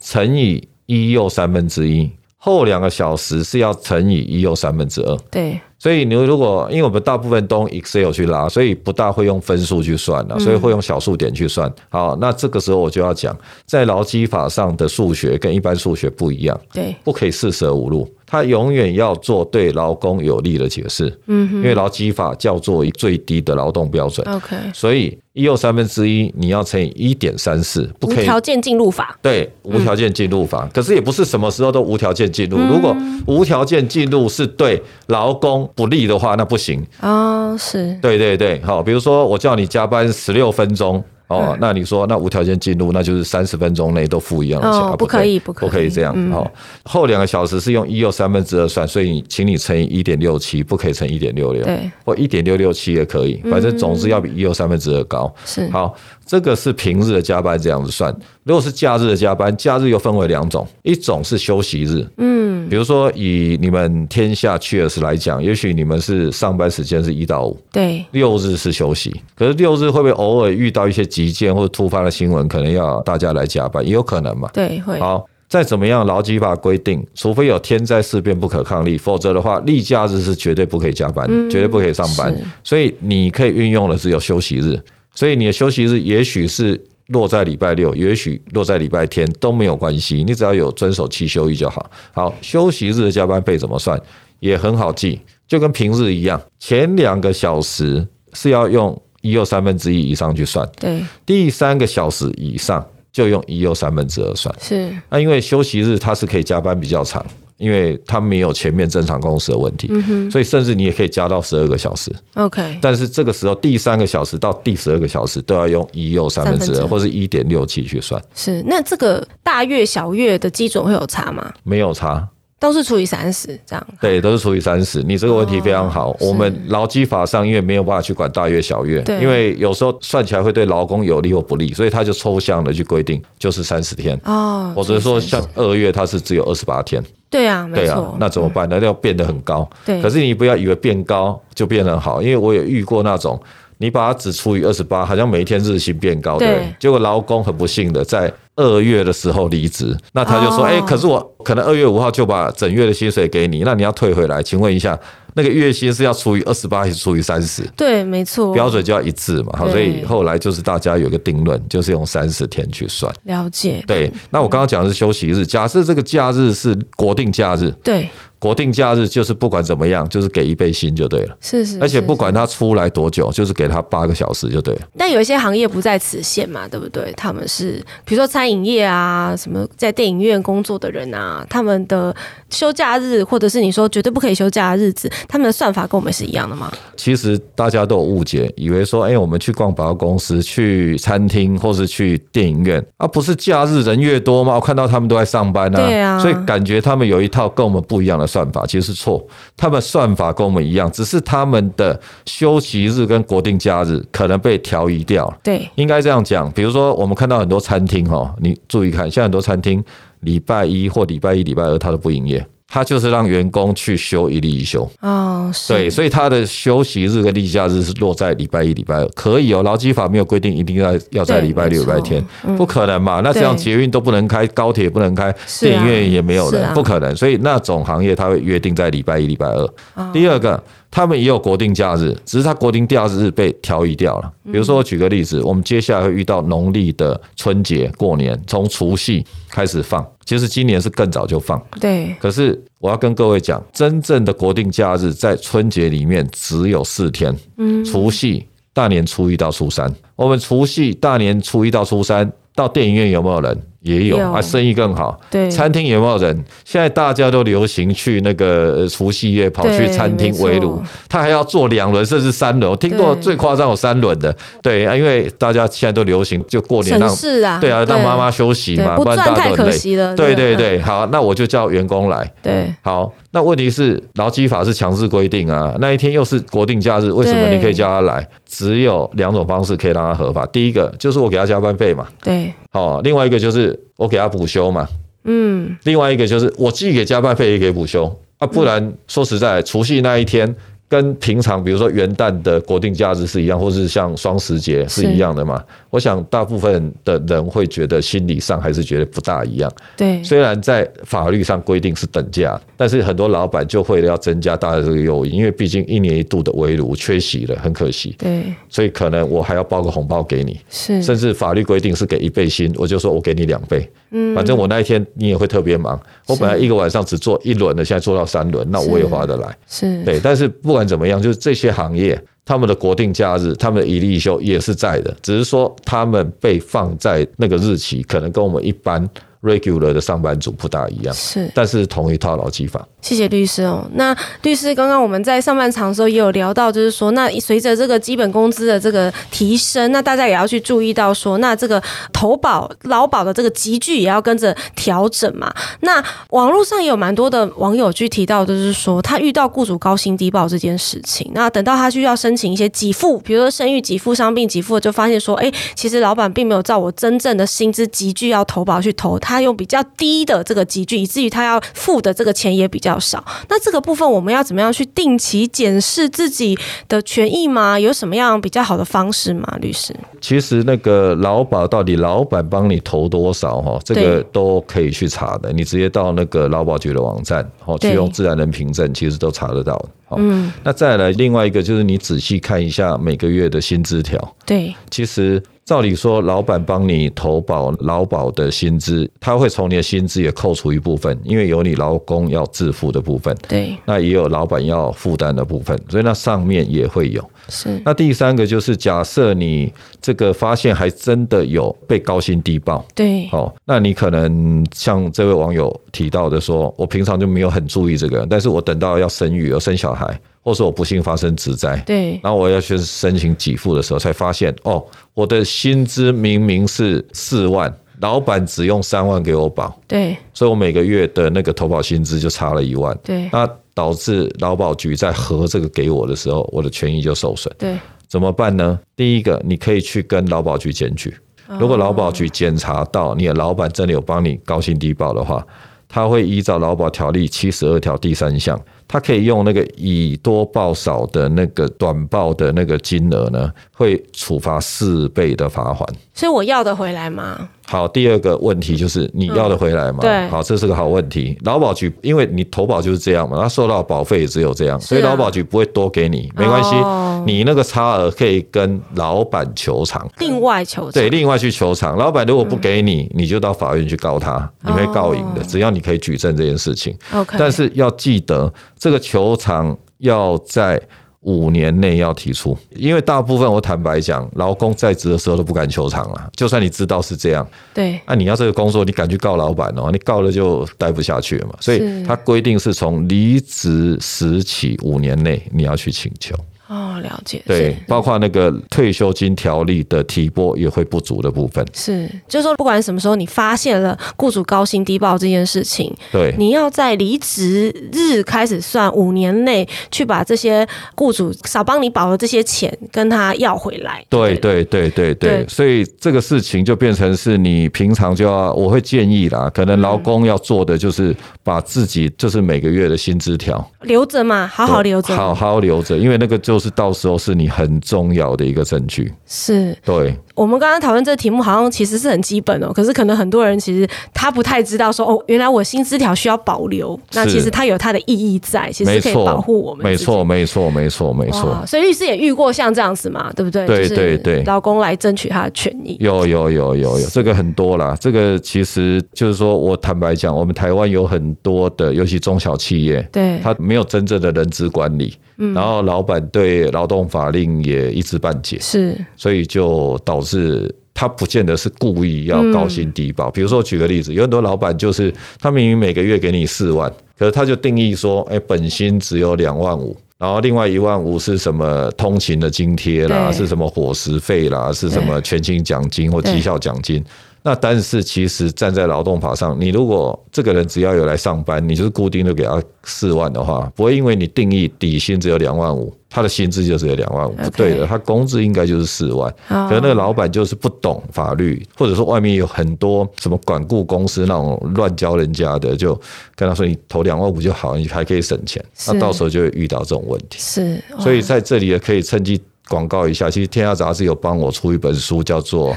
S2: 乘以一又三分之一，后两个小时是要乘以一又三分之二。
S1: 对，
S2: 所以你如果因为我们大部分都用 Excel 去拉，所以不大会用分数去算啊了、所以会用小数点去算。好，那这个时候我就要讲，在劳基法上的数学跟一般数学不一样，
S1: 对，
S2: 不可以四舍五入，他永远要做对劳工有利的解释。嗯，因为劳基法叫做最低的劳动标准，
S1: OK，
S2: 所以一又三分之一你要乘以一点三四，不
S1: 无
S2: 可以
S1: 条件嗯进入法，
S2: 对无条件进入法。可是也不是什么时候都无条件进入，
S1: 嗯
S2: 如果无条件进入是对劳工不利的话，那不行。
S1: 哦，是
S2: [laughs] 对对对，好，比如说我叫你加班十六分钟。
S1: 嗯
S2: 哦，那你说那无条件进入，那就是三十分钟内都付一样的钱，
S1: 哦
S2: 啊
S1: 不可以
S2: 不
S1: 不
S2: 可
S1: 可
S2: 以，
S1: 以嗯
S2: 这样。哦，后两个小时是用一又三分之二算，所以你请你乘以一点六七，不可以乘一点六六，
S1: 对，嗯
S2: 或一点六六七也可以，反正总之要比一又三分之二高。
S1: 是，
S2: 好，这个是平日的加班这样子算。如果是假日的加班，假日又分为两种，一种是休息日，嗯，比如说以你们天下 Cheers 来讲，也许你们是上班时间是一到五，
S1: 对，
S2: 六日是休息，可是六日会不会偶尔遇到一些急件或者突发的新闻，可能要大家来加班，也有可能嘛？
S1: 对，会，
S2: 好，再怎么样，劳基法规定，除非有天灾事变不可抗力，否则的话，例假日是绝对不可以加班，绝对不可以上班
S1: 嗯是。
S2: 所以你可以运用的只有休息日，所以你的休息日也许是。落在礼拜六，也许落在礼拜天都没有关系，你只要有遵守七休一就好。好，休息日的加班费怎么算也很好记，就跟平日一样，前两个小时是要用一又三分之一以上去算，
S1: 对，
S2: 第三个小时以上就用一又三分之二算。
S1: 是，
S2: 那因为休息日它是可以加班比较长，因为它没有前面正常工时的问
S1: 嗯
S2: 题，所以甚至你也可以加到十二个小时。
S1: OK，
S2: 但是这个时候第三个小时到第十二个小时都要用一又三分之
S1: 三分之
S2: 二
S1: 二
S2: 或是一点六七去算，
S1: 是。那这个大月小月的基准会有差吗？
S2: 没有差。
S1: 都是除以三十这样。
S2: 对，都是除以三十。你这个问题非常好。
S1: 哦
S2: 我们
S1: 是
S2: 劳基法上因为没有办法去管大月小月
S1: 对，
S2: 因为有时候算起来会对劳工有利或不利，所以他就抽象的去规定就是三十天。
S1: 哦，
S2: 或者说
S1: 除以30
S2: 像二月它是只有二十八天，
S1: 对啊，没
S2: 对啊
S1: 错，，嗯
S2: 那怎么办呢？那要变得很高。
S1: 对
S2: 可是你不要以为变高就变得好，因为我也遇过那种，你把它只除以二十八，好像每一天日薪变高，
S1: 对
S2: 对不对，结果劳工很不幸的在二月的时候离职，那他就说，
S1: 哦
S2: 哎、可是我可能二月五号就把整月的薪水给你，那你要退回来，请问一下，那个月薪是要除以二十八还是除以三十？
S1: 对，没错，
S2: 标准就要一致嘛，好，
S1: 哦对
S2: 所以后来就是大家有一个定论，就是用三十天去算。
S1: 了解，
S2: 对，那我刚刚讲的是休息日，假设这个假日是国定假日，
S1: 对，
S2: 国定假日就是不管怎么样，就是给一倍薪就对了，
S1: 是是，
S2: 而且
S1: 是
S2: 不。管他出来多久，就是给他八个小时就对了。
S1: 但有一些行业不在此限嘛，对不对？他们是比如说餐饮业啊，什么在电影院工作的人啊，他们的休假日，或者是你说绝对不可以休假的日子，他们的算法跟我们是一样的吗？
S2: 其实大家都有误解，以为说，哎、我们去逛百货公司、去餐厅或是去电影院啊，不是假日人越多吗？我看到他们都在上班呢、
S1: 对啊
S2: 所以感觉他们有一套跟我们不一样的算法，其实是错。他们算法跟我们一样，只是他们的休息日跟国定假日可能被调移掉了。
S1: 对，
S2: 应该这样讲，比如说我们看到很多餐厅哦，你注意看，现在很多餐厅礼拜一或礼拜一、礼拜二它都不营业，它就是让员工去休一例一休。
S1: 哦，是，
S2: 对，所以它的休息日跟例假日是落在礼拜一、礼拜二，可以哦。劳基法没有规定一定要要在
S1: 对
S2: 礼拜
S1: 没
S2: 六、礼
S1: 错
S2: 拜天，不可能嘛？那这样
S1: 对
S2: 捷运都不能开，高铁也不能开，
S1: 是啊
S2: 电影院也没有
S1: 是
S2: 人
S1: 啊，
S2: 不可能。所以那种行业它会约定在礼拜一、礼拜二。
S1: 哦
S2: 第二个，他们也有国定假日，只是它国定假日被调移掉了。
S1: 嗯
S2: 比如说，我举个例子，我们接下来会遇到农历的春节、过年，从除夕开始放。其实今年是更早就放，
S1: 对，
S2: 可是我要跟各位讲，真正的国定假日在春节里面只有四天，嗯，除夕、大年初一到初三。我们除夕、大年初一到初三到电影院有没有人？也有
S1: 有
S2: 啊，生意更好。
S1: 对
S2: 餐厅有没有人？现在大家都流行去那个呃除夕夜跑去
S1: 对
S2: 餐厅
S1: 没错
S2: 围炉，他还要坐两轮甚至三轮。我听过
S1: 对
S2: 最夸张有三轮的，对啊，因为大家现在都流行就过年
S1: 省
S2: 让
S1: 事啊，
S2: 对啊让妈妈休息
S1: 对，
S2: 嘛，
S1: 不
S2: 然大
S1: 赚
S2: 家
S1: 太
S2: 都很
S1: 可
S2: 累。
S1: 惜了，
S2: 对对
S1: 对啊
S2: 对，好，那我就叫员工来。
S1: 对，
S2: 好，那问题是劳基法是强制规定啊，那一天又是国定假日，为什么
S1: 对
S2: 你可以叫他来？只有两种方式可以让他合法，第一个就是我给他加班费嘛，
S1: 对，
S2: 哦，另外一个就是我给他补休嘛，
S1: 嗯，
S2: 另外一个就是我既给加班费也给补休啊，不然说实在，除夕那一天。跟平常比如说元旦的国定假日是一样，或是像双十节是一样的嘛？我想大部分的人会觉得心理上还是觉得不大一样。
S1: 对，
S2: 虽然在法律上规定是等价，但是很多老板就会要增加大家这个诱因，因为毕竟一年一度的围炉缺席了，很可惜，
S1: 对，
S2: 所以可能我还要包个红包给你，
S1: 是，
S2: 甚至法律规定是给一倍薪，我就说我给你两倍，
S1: 嗯
S2: 反正我那一天你也会特别忙，我本来一个晚上只做一轮的，现在做到三轮，那我也划得来。
S1: 是，
S2: [laughs] 对，但是不管怎么样，就是这些行业他们的国定假日、他们的一例一休也是在的，只是说他们被放在那个日期，可能跟我们一般 regular 的上班族不大一样。
S1: 是。
S2: 但是同一套劳基法，
S1: 谢谢律师哦。那律师，刚刚我们在上半场的时候也有聊到，就是说，那随着这个基本工资的这个提升，那大家也要去注意到说，那这个投保、劳保的这个集聚也要跟着调整嘛。那网络上也有蛮多的网友去提到，就是说他遇到雇主高薪低报这件事情，那等到他需要申请一些给付，比如说生育给付、伤病给付，就发现说，哎，其实老板并没有照我真正的薪资集聚要投保去投，他用比较低的这个集聚，以至于他要付的这个钱也比较少。那这个部分我们要怎么样去定期检视自己的权益吗？有什么样比较好的方式吗？律师，
S2: 其实那个劳保到底老板帮你投多少哈，这
S1: 对
S2: 个都可以去查的。你直接到那个劳保局的网站，哦，去
S1: 对嗯
S2: 用自然人凭证，其实都查得到的。好，那再来另外一个就是你仔细看一下每个月的薪资条，
S1: 对
S2: 其实照理说，老板帮你投保劳保的薪资，他会从你的薪资也扣除一部分，因为有你劳工要自付的部分，
S1: 对
S2: 那也有老板要负担的部分，所以那上面也会有。
S1: 是，
S2: 那第三个就是，假设你这个发现还真的有被高薪低报。
S1: 对
S2: 哦，那你可能像这位网友提到的说，我平常就没有很注意这个，但是我等到要生育、要生小孩，或是我不幸发生职灾，
S1: 对
S2: 然后我要去申请给付的时候，才发现哦，我的薪资明明是四万，老板只用三万给我保，
S1: 对
S2: 所以我每个月的那个投保薪资就差了一万，
S1: 对
S2: 那导致劳保局在核这个给我的时候，我的权益就受损。
S1: 对，
S2: 怎么办呢？第一个，你可以去跟劳保局检举。如果劳保局检查到你的老板真的有帮你高薪低报的话，他会依照劳保条例七十二条第三项，他可以用那个以多报少的那个短报的那个金额呢，会处罚四倍的罚款。
S1: 所以我要得回来嘛？
S2: 好，第二个问题就是你要得回来吗？
S1: 嗯对
S2: 好，这是个好问题。劳保局因为你投保就是这样嘛，他收到保费也只有这样，所以
S1: 是啊
S2: 劳保局不会多给你，没关系，
S1: 哦
S2: 你那个差额可以跟老板求偿。
S1: 另外求偿
S2: 对，另外去求偿，老板如果不给你，你就到法院去告他，你会告赢的，
S1: 嗯哦
S2: 只要你可以举证这件事情。
S1: ，OK，
S2: 但是要记得，这个球场要在五年内要提出，因为大部分我坦白讲，劳工在职的时候都不敢球场了。就算你知道是这样，
S1: 对
S2: 那、你要这个工作，你敢去告老板哦，你告了就待不下去了嘛。所
S1: 是
S2: 以它规定是从离职时起五年内你要去请求，
S1: 哦，了解，
S2: 对，包括那个退休金条例的提拨也会不足的部分，
S1: 是，是，就是说不管什么时候你发现了雇主高薪低报这件事情，
S2: 对。
S1: 你要在离职日开始算五年内去把这些雇主少帮你保的这些钱跟他要回来。
S2: 对
S1: 不
S2: 对对对
S1: 对
S2: 对，所以这个事情就变成是你平常就要，我会建议啦，可能劳工要做的就是把自己就是每个月的薪资条
S1: 留着嘛，好好留着。
S2: 好好留着，因为那个就是到时候是你很重要的一个证据。
S1: 是
S2: 对，
S1: 我们刚刚讨论这个题目，好像其实是很基本哦，可是可能很多人其实他不太知道说哦，原来我薪资条需要保留，那
S2: 是
S1: 其实它有它的意义在，其
S2: 没
S1: 实可以
S2: 错，
S1: 保护我们。
S2: 没错，。没错，没错，没错
S1: 哇，。所以律师也遇过像这样子嘛，对不对？
S2: 对
S1: 就是
S2: 对对
S1: 老公来争取他的权益。
S2: 有有有有有，这个很多啦。这个其实就是说，我坦白讲，我们台湾有很多的，尤其中小企业，
S1: 对，嗯
S2: 他没有真正的人资管理，然后老板对劳动法令也一知半解，
S1: 是
S2: 所以就导致他不见得是故意要高薪低报。比如说，举个例子，有很多老板就是他明明每个月给你四万，可是他就定义说，哎，本薪只有两万五。然后另外一万五是什么通勤的津贴啦，
S1: 对
S2: 是什么伙食费啦，是什么全勤奖金或
S1: 对
S2: 绩效奖金？那但是其实站在劳动法上，你如果这个人只要有来上班，你就是固定就给他四万的话，不会因为你定义底薪只有两万五，他的薪资就只有两万五，
S1: OK
S2: 不对的，他工资应该就是四万。
S1: 哦
S2: 可能那个老板就是不懂法律，或者说外面有很多什么管顾公司那种乱教人家的，就跟他说你投两万五就好，你还可以省钱，
S1: 是
S2: 那到时候就会遇到这种问题。
S1: 是，哦
S2: 所以在这里也可以趁机广告一下，其实《天下杂志》有帮我出一本书，叫做《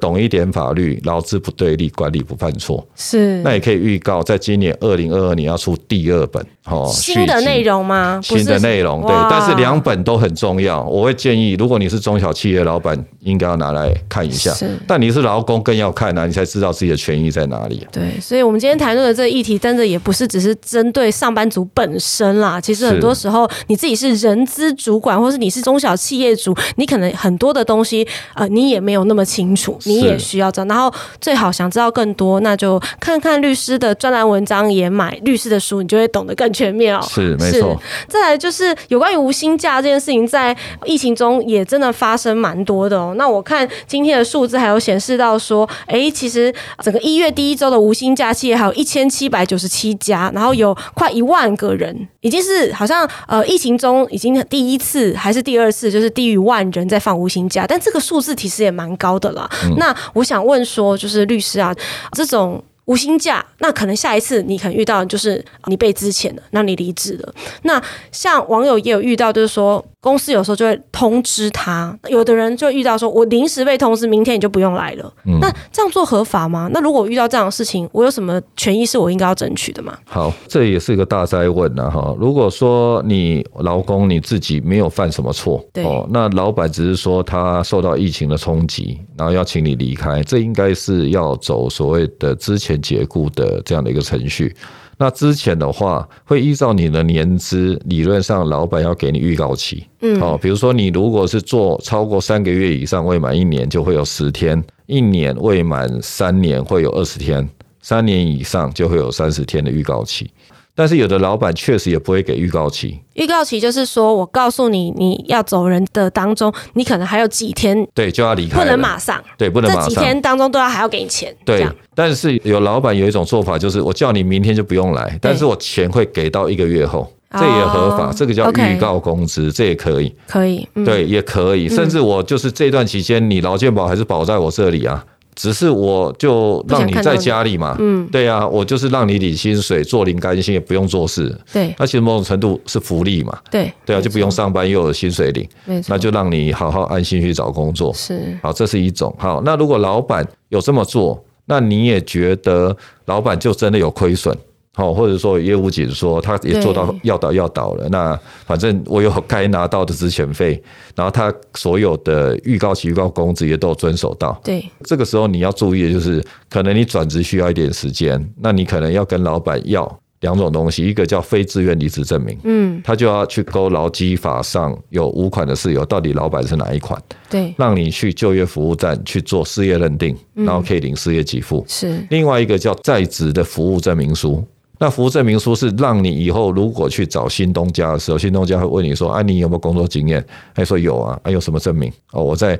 S2: 懂一点法律，劳资不对立，管理不犯错》。
S1: 是
S2: 那也可以预告，在今年二零二二年要出第二本哦，
S1: 新的
S2: 续集
S1: 内。容吗？啊不
S2: 新的
S1: 是
S2: 内容对
S1: 哇，
S2: 但是两本都很重要。我会建议，如果你是中小企业老板，应该要拿来看一下
S1: 是。
S2: 但你是劳工，更要看啊，你才知道自己的权益在哪里。
S1: 对，所以我们今天谈论的这个议题，真的也不是只是针对上班族本身啦。其实很
S2: 是
S1: 多时候，你自己是人资主管，或是你是中小企业主，你可能很多的东西，呃，你也没有那么清楚，你也
S2: 是
S1: 需要知道。然后最好想知道更多，那就看看律师的专栏文章，也买律师的书，你就会懂得更全面哦。
S2: 是没错，
S1: 再来就是有关于无薪假这件事情，在疫情中也真的发生蛮多的哦。那我看今天的数字还有显示到说，诶，其实整个一月第一周的无薪假期也还有一千七百九十七家，然后有快一万个人，已经是好像呃疫情中已经第一次还是第二次，就是低于万人在放无薪假，但这个数字其实也蛮高的啦。那我想问说，就是律师啊，这种。无薪假，那可能下一次你可能遇到就是呃你被资遣了，那你离职了，那像网友也有遇到，就是说公司有时候就会通知他，有的人就遇到说我临时被通知，明天你就不用来了。
S2: 嗯
S1: 那这样做合法吗？那如果我遇到这样的事情，我有什么权益是我应该要争取的吗？
S2: 好，这也是一个大灾问呐、哈。如果说你劳工你自己没有犯什么错，哦
S1: 对，
S2: 那老板只是说他受到疫情的冲击，然后要请你离开，这应该是要走所谓的之前解雇的这样的一个程序。那之前的话，会依照你的年资，理论上老板要给你预告期。嗯，哦，比如说你如果是做超过三个月以上未满一年，就会有十天；一年未满三年会有二十天；三年以上就会有三十天的预告期。但是有的老板确实也不会给预告期，
S1: 预告期就是说我告诉你你要走人的当中，你可能还有几天
S2: 对，就要离开
S1: 不
S2: 了，
S1: 能马上，
S2: 对，不能
S1: 这
S2: 马
S1: 几
S2: 上。
S1: 天当中都要还要给你钱，这
S2: 对
S1: 样，
S2: 但是有老板有一种做法，就是我叫你明天就不用来，但是我钱会给到一个月后，这也合法，
S1: 哦
S2: 这个叫
S1: OK
S2: 预告工资，这也可以，
S1: 可以，嗯，
S2: 对，也可以。甚至我就是这段期间，你劳健保还是保在我这里啊，只是我就让你
S1: 不想看到
S2: 在
S1: 你
S2: 家里嘛，
S1: 嗯，
S2: 对啊，我就是让你领薪水，做零干薪，也不用做事。
S1: 对
S2: 那其实某种程度是福利嘛，
S1: 对
S2: 对啊，就不用，上班又有薪水领，
S1: 没错，
S2: 那就让你好好安心去找工作。
S1: 是
S2: 好，这是一种。好，那如果老板有这么做，那你也觉得老板就真的有亏损，好、或者说业务紧缩，他也做到
S1: 对
S2: 要倒要倒了。那反正我有该拿到的资遣费，然后他所有的预告期、预告工资也都有遵守到。
S1: 对
S2: 这个时候你要注意的就是，可能你转职需要一点时间，那你可能要跟老板要两种东西，一个叫非自愿离职证明，
S1: 嗯，
S2: 他就要去勾劳基法上有五款的事由，到底老板是哪一款，
S1: 对
S2: 让你去就业服务站去做失业认定，然后可以领失业给付。
S1: 是
S2: 另外一个叫在职的服务证明书。那服务证明书是让你以后如果去找新东家的时候，新东家会问你说：“啊，你有没有工作经验？”他说：“有啊。”啊，有什么证明？哦，我在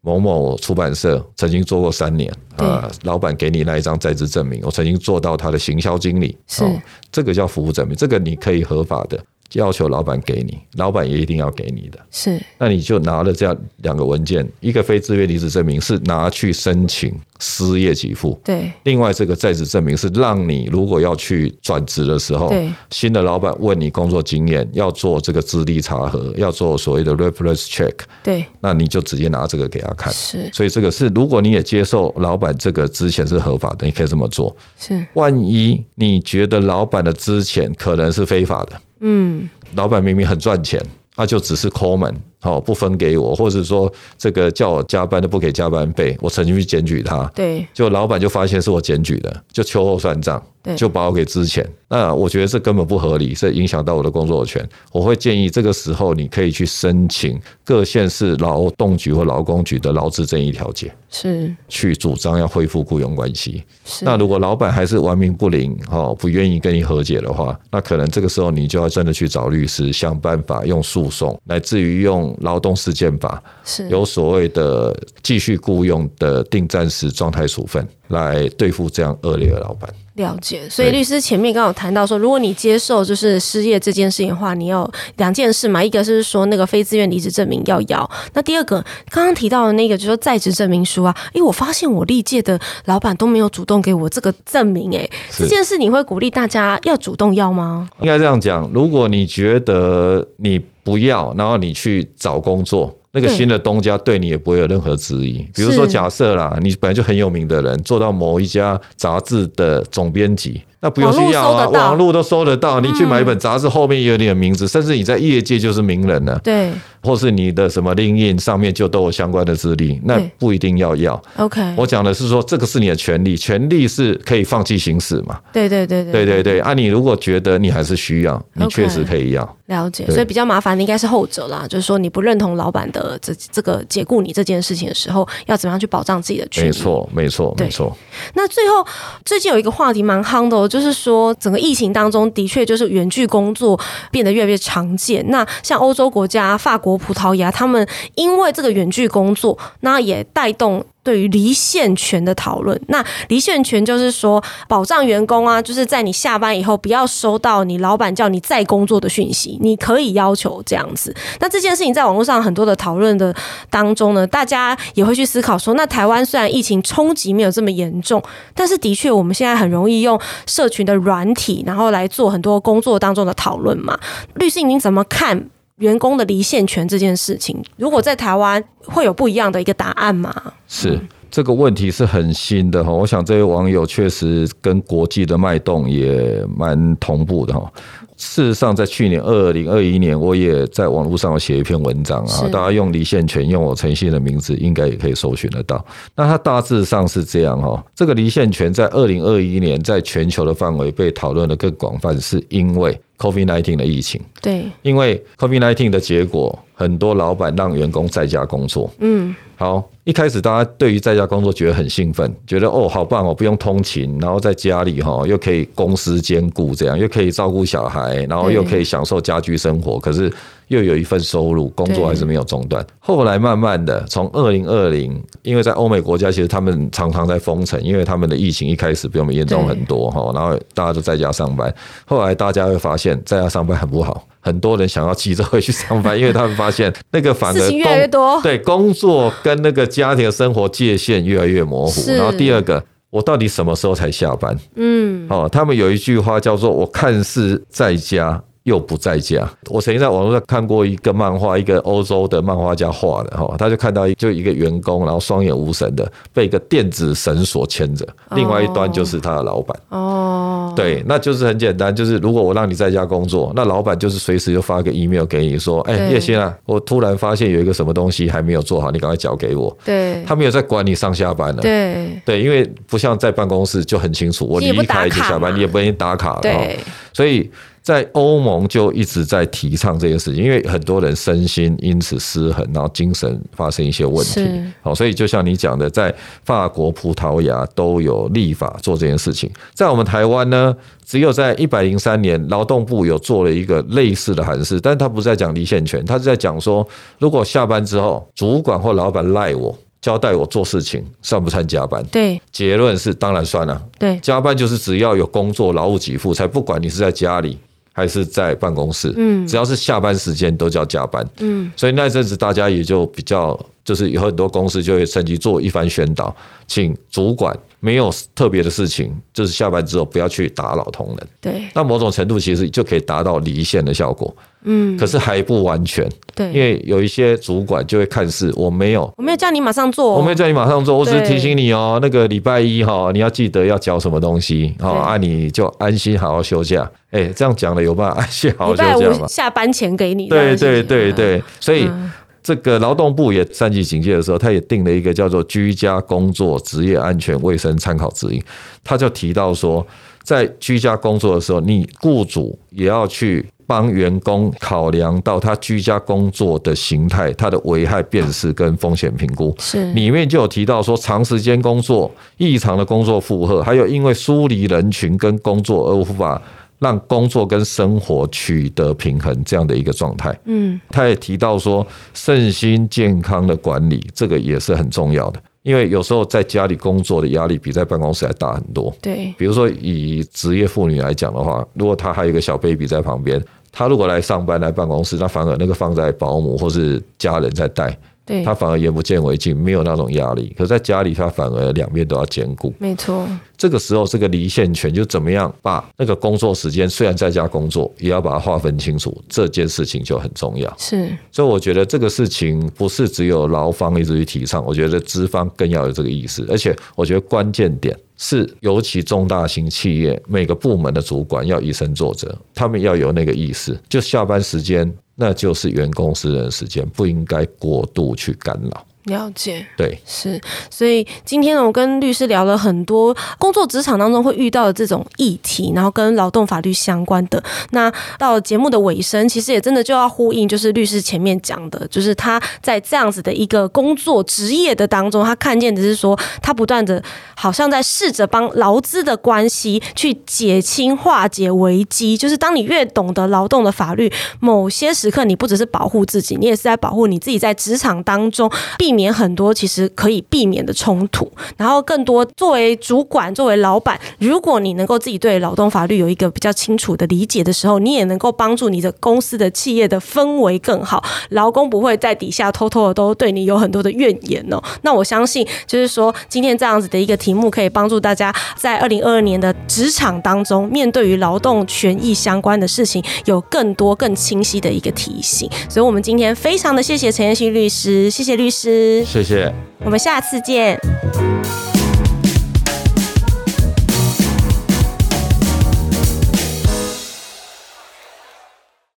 S2: 某某出版社曾经做过三年啊。老板给你那一张在职证明，我曾经做到他的行销经理。哦
S1: 是
S2: 这个叫服务证明，这个你可以合法的要求老板给你，老板也一定要给你的。
S1: 是
S2: 那你就拿了这样两个文件，一个非自愿离职证明是拿去申请失业给付，
S1: 对
S2: 另外这个在职证明是让你如果要去转职的时候
S1: 对，
S2: 新的老板问你工作经验，要做这个资历查核，要做所谓的 reference check，
S1: 对
S2: 那你就直接拿这个给他看。
S1: 是
S2: 所以这个是，如果你也接受老板这个之前是合法的，你可以这么做。
S1: 是
S2: 万一你觉得老板的之前可能是非法的，
S1: 嗯
S2: 老板明明很赚钱，他就只是抠门，哦，不分给我，或者说这个叫我加班都不给加班费，我曾经去检举他，
S1: 对
S2: 就老板就发现是我检举的，就秋后算账
S1: 对，
S2: 就把我给支遣。那我觉得这根本不合理，这影响到我的工作权。我会建议这个时候你可以去申请各县市劳动局或劳工局的劳资争议调解，
S1: 是
S2: 去主张要恢复雇佣关系。
S1: 是
S2: 那如果老板还是顽冥不灵，哦，不愿意跟你和解的话，那可能这个时候你就要真的去找律师，想办法用诉讼，乃至于用劳动事件法，
S1: 是
S2: 有所谓的继续雇佣的定暂时状态处分，来对付这样恶劣的老板。
S1: 了解，所以
S2: 对
S1: 律师前面刚刚有谈到说，如果你接受就是失业这件事情的话，你要两件事嘛，一个是说那个非自愿离职证明要要，那第二个刚刚提到的那个就是说在职证明书啊，诶，我发现我历届的老板都没有主动给我这个证明、诶，
S2: 是
S1: 这件事你会鼓励大家要主动要吗？
S2: 应该这样讲，如果你觉得你不要，然后你去找工作。那个
S1: 对
S2: 新的东家对你也不会有任何质疑。比如说，
S1: 是
S2: 假设啦，你本来就很有名的人，做到某一家杂志的总编辑，那不用去要
S1: 网络
S2: 啊，
S1: 搜得到嗯
S2: 网络都搜得到。你去买一本杂志，后面也有你的名字，甚至你在业界就是名人了，
S1: 对
S2: 或是你的什么 LinkedIn 上面就都有相关的资历，那
S1: 对
S2: 不一定要要。
S1: ，OK，
S2: 我讲的是说，这个是你的权利，权利是可以放弃行使嘛？
S1: 对对对对
S2: 对对对，啊，你如果觉得你还是需要，你确实可以要。
S1: 了解，
S2: 对
S1: 所以比较麻烦的应该是后者啦，就是说你不认同老板的这这个解雇你这件事情的时候，要怎么样去保障自己的权益？
S2: 没错，没错，
S1: 对
S2: 没错，
S1: 那最后最近有一个话题蛮夯的、哦，就是说整个疫情当中，的确就是远距工作变得越来越常见。那像欧洲国家，法国、葡萄牙，他们因为这个远距工作，那也带动。对于离线权的讨论，那离线权就是说保障员工啊，就是在你下班以后不要收到你老板叫你再工作的讯息，你可以要求这样子。那这件事情在网络上很多的讨论的当中呢，大家也会去思考说，那台湾虽然疫情冲击没有这么严重，但是的确我们现在很容易用社群的软体，然后来做很多工作当中的讨论嘛。律师，您怎么看员工的离线权这件事情？如果在台湾会有不一样的一个答案吗？
S2: 是这个问题是很新的哈。我想这位网友确实跟国际的脉动也蛮同步的哈。事实上，在去年二零二一年，我也在网络上有写一篇文章啊
S1: 是，
S2: 大家用离线权，用我陈信的名字，应该也可以搜寻得到。那它大致上是这样哈、哦，这个离线权在二零二一年在全球的范围被讨论的更广泛，是因为 COVID-19 的疫情。
S1: 对，
S2: 因为 COVID-19 的结果，很多老板让员工在家工作。
S1: 嗯，
S2: 好，一开始大家对于在家工作觉得很兴奋，觉得哦好棒哦，不用通勤，然后在家里哈、哦、又可以公私兼顾，这样又可以照顾小孩，然后又可以享受家居生活，可是又有一份收入，工作还是没有中断。后来慢慢的，从二零二零，因为在欧美国家其实他们常常在封城，因为他们的疫情一开始比我们严重很多哈，然后大家都在家上班。后来大家会发现，在家上班很不好。很多人想要急着回去上班，因为他们发现那个反而
S1: 事情越来越多
S2: 工对工作跟那个家庭的生活界限越来越模糊。
S1: 是
S2: 然后第二个，我到底什么时候才下班？
S1: 嗯，
S2: 哦，他们有一句话叫做“我看似在家又不在家”。我曾经在网络上看过一个漫画，一个欧洲的漫画家画的哈、哦，他就看到一就一个员工，然后双眼无神的被一个电子绳索牵着，另外一端就是他的老板。
S1: 哦，
S2: 对，那就是很简单，就是如果我让你在家工作，那老板就是随时就发个 email 给你说，哎、
S1: 对
S2: 叶欣啊，我突然发现有一个什么东西还没有做好，你赶快交给我。
S1: 对
S2: 他没有在管你上下班了。
S1: 对
S2: 对，因为不像在办公室就很清楚，我
S1: 你也
S2: 离
S1: 不打
S2: 开就
S1: 卡
S2: 下班，
S1: 嘛
S2: 你也不愿意打卡了。哦
S1: 对，
S2: 所以在欧盟就一直在提倡这件事情，因为很多人身心因此失衡，然后精神发生一些问题
S1: 是。
S2: 好，所以就像你讲的，在法国、葡萄牙都有立法做这件事情。在我们台湾呢，只有在一百零三年，劳动部有做了一个类似的函释，但他不是在讲离线权，他是在讲说，如果下班之后，主管或老板赖我。交代我做事情，算不算加班？
S1: 对
S2: 结论是，当然算了、
S1: 对，
S2: 加班就是只要有工作劳务给付，才不管你是在家里还是在办公室，嗯，只要是下班时间都叫加班，嗯，所以那阵子大家也就比较，就是有很多公司就会趁机做一番宣导，请主管没有特别的事情，就是下班之后不要去打扰同仁，
S1: 对
S2: 那某种程度其实就可以达到离线的效果，嗯，可是还不完全，
S1: 对，
S2: 因为有一些主管就会看似我没有
S1: 我没有叫你马上做，哦
S2: 我没有叫你马上做，我只是
S1: 对
S2: 提醒你哦，那个礼拜一哈、你要记得要交什么东西哦，
S1: 对
S2: 啊，你就安心好好休假。哎、这样讲了有办法 [laughs] 安心好好
S1: 礼
S2: 休
S1: 拜
S2: 假吗
S1: 五？下班前给你，
S2: 对
S1: 这样
S2: 对
S1: 是
S2: 对，对，所以。
S1: 嗯
S2: 这个劳动部也三级警戒的时候，他也定了一个叫做《居家工作职业安全卫生参考指引》，他就提到说，在居家工作的时候，你雇主也要去帮员工考量到他居家工作的形态、他的危害辨识跟风险评估。
S1: 是
S2: 里面就有提到说，长时间工作、异常的工作负荷，还有因为疏离人群跟工作而无法让工作跟生活取得平衡这样的一个状态。
S1: 嗯
S2: 他也提到说，身心健康的管理这个也是很重要的，因为有时候在家里工作的压力比在办公室还大很多。
S1: 对
S2: 比如说以职业妇女来讲的话，如果她还有一个小 baby 在旁边，她如果来上班来办公室，那反而那个放在保姆或是家人在带，
S1: 对
S2: 他，反而眼不见为净，没有那种压力。可在家里，他反而两边都要兼顾。
S1: 没错，
S2: 这个时候，这个离线权就怎么样把那个工作时间，虽然在家工作，也要把它划分清楚，这件事情就很重要。
S1: 是
S2: 所以我觉得这个事情不是只有劳方一直去提倡，我觉得资方更要有这个意识。而且我觉得关键点是，尤其中大型企业每个部门的主管要以身作则，他们要有那个意识，就下班时间那就是员工私人时间，不应该过度去干扰。
S1: 了解。
S2: 对，
S1: 是，所以今天呢，我跟律师聊了很多工作职场当中会遇到的这种议题，然后跟劳动法律相关的。那到了节目的尾声，其实也真的就要呼应，就是律师前面讲的，就是他在这样子的一个工作职业的当中，他看见的是说，他不断的好像在试着帮劳资的关系去解清化解危机。就是当你越懂得劳动的法律，某些时刻你不只是保护自己，你也是在保护你自己在职场当中避免很多其实可以避免的冲突，然后更多作为主管、作为老板，如果你能够自己对劳动法律有一个比较清楚的理解的时候，你也能够帮助你的公司的企业的氛围更好，劳工不会在底下偷偷的都对你有很多的怨言哦。那我相信，就是说今天这样子的一个题目，可以帮助大家在二零二二年的职场当中，面对于劳动权益相关的事情，有更多更清晰的一个提醒。所以，我们今天非常的谢谢陈彦希律师，谢谢律师。
S2: 谢谢。
S1: 我们下次见。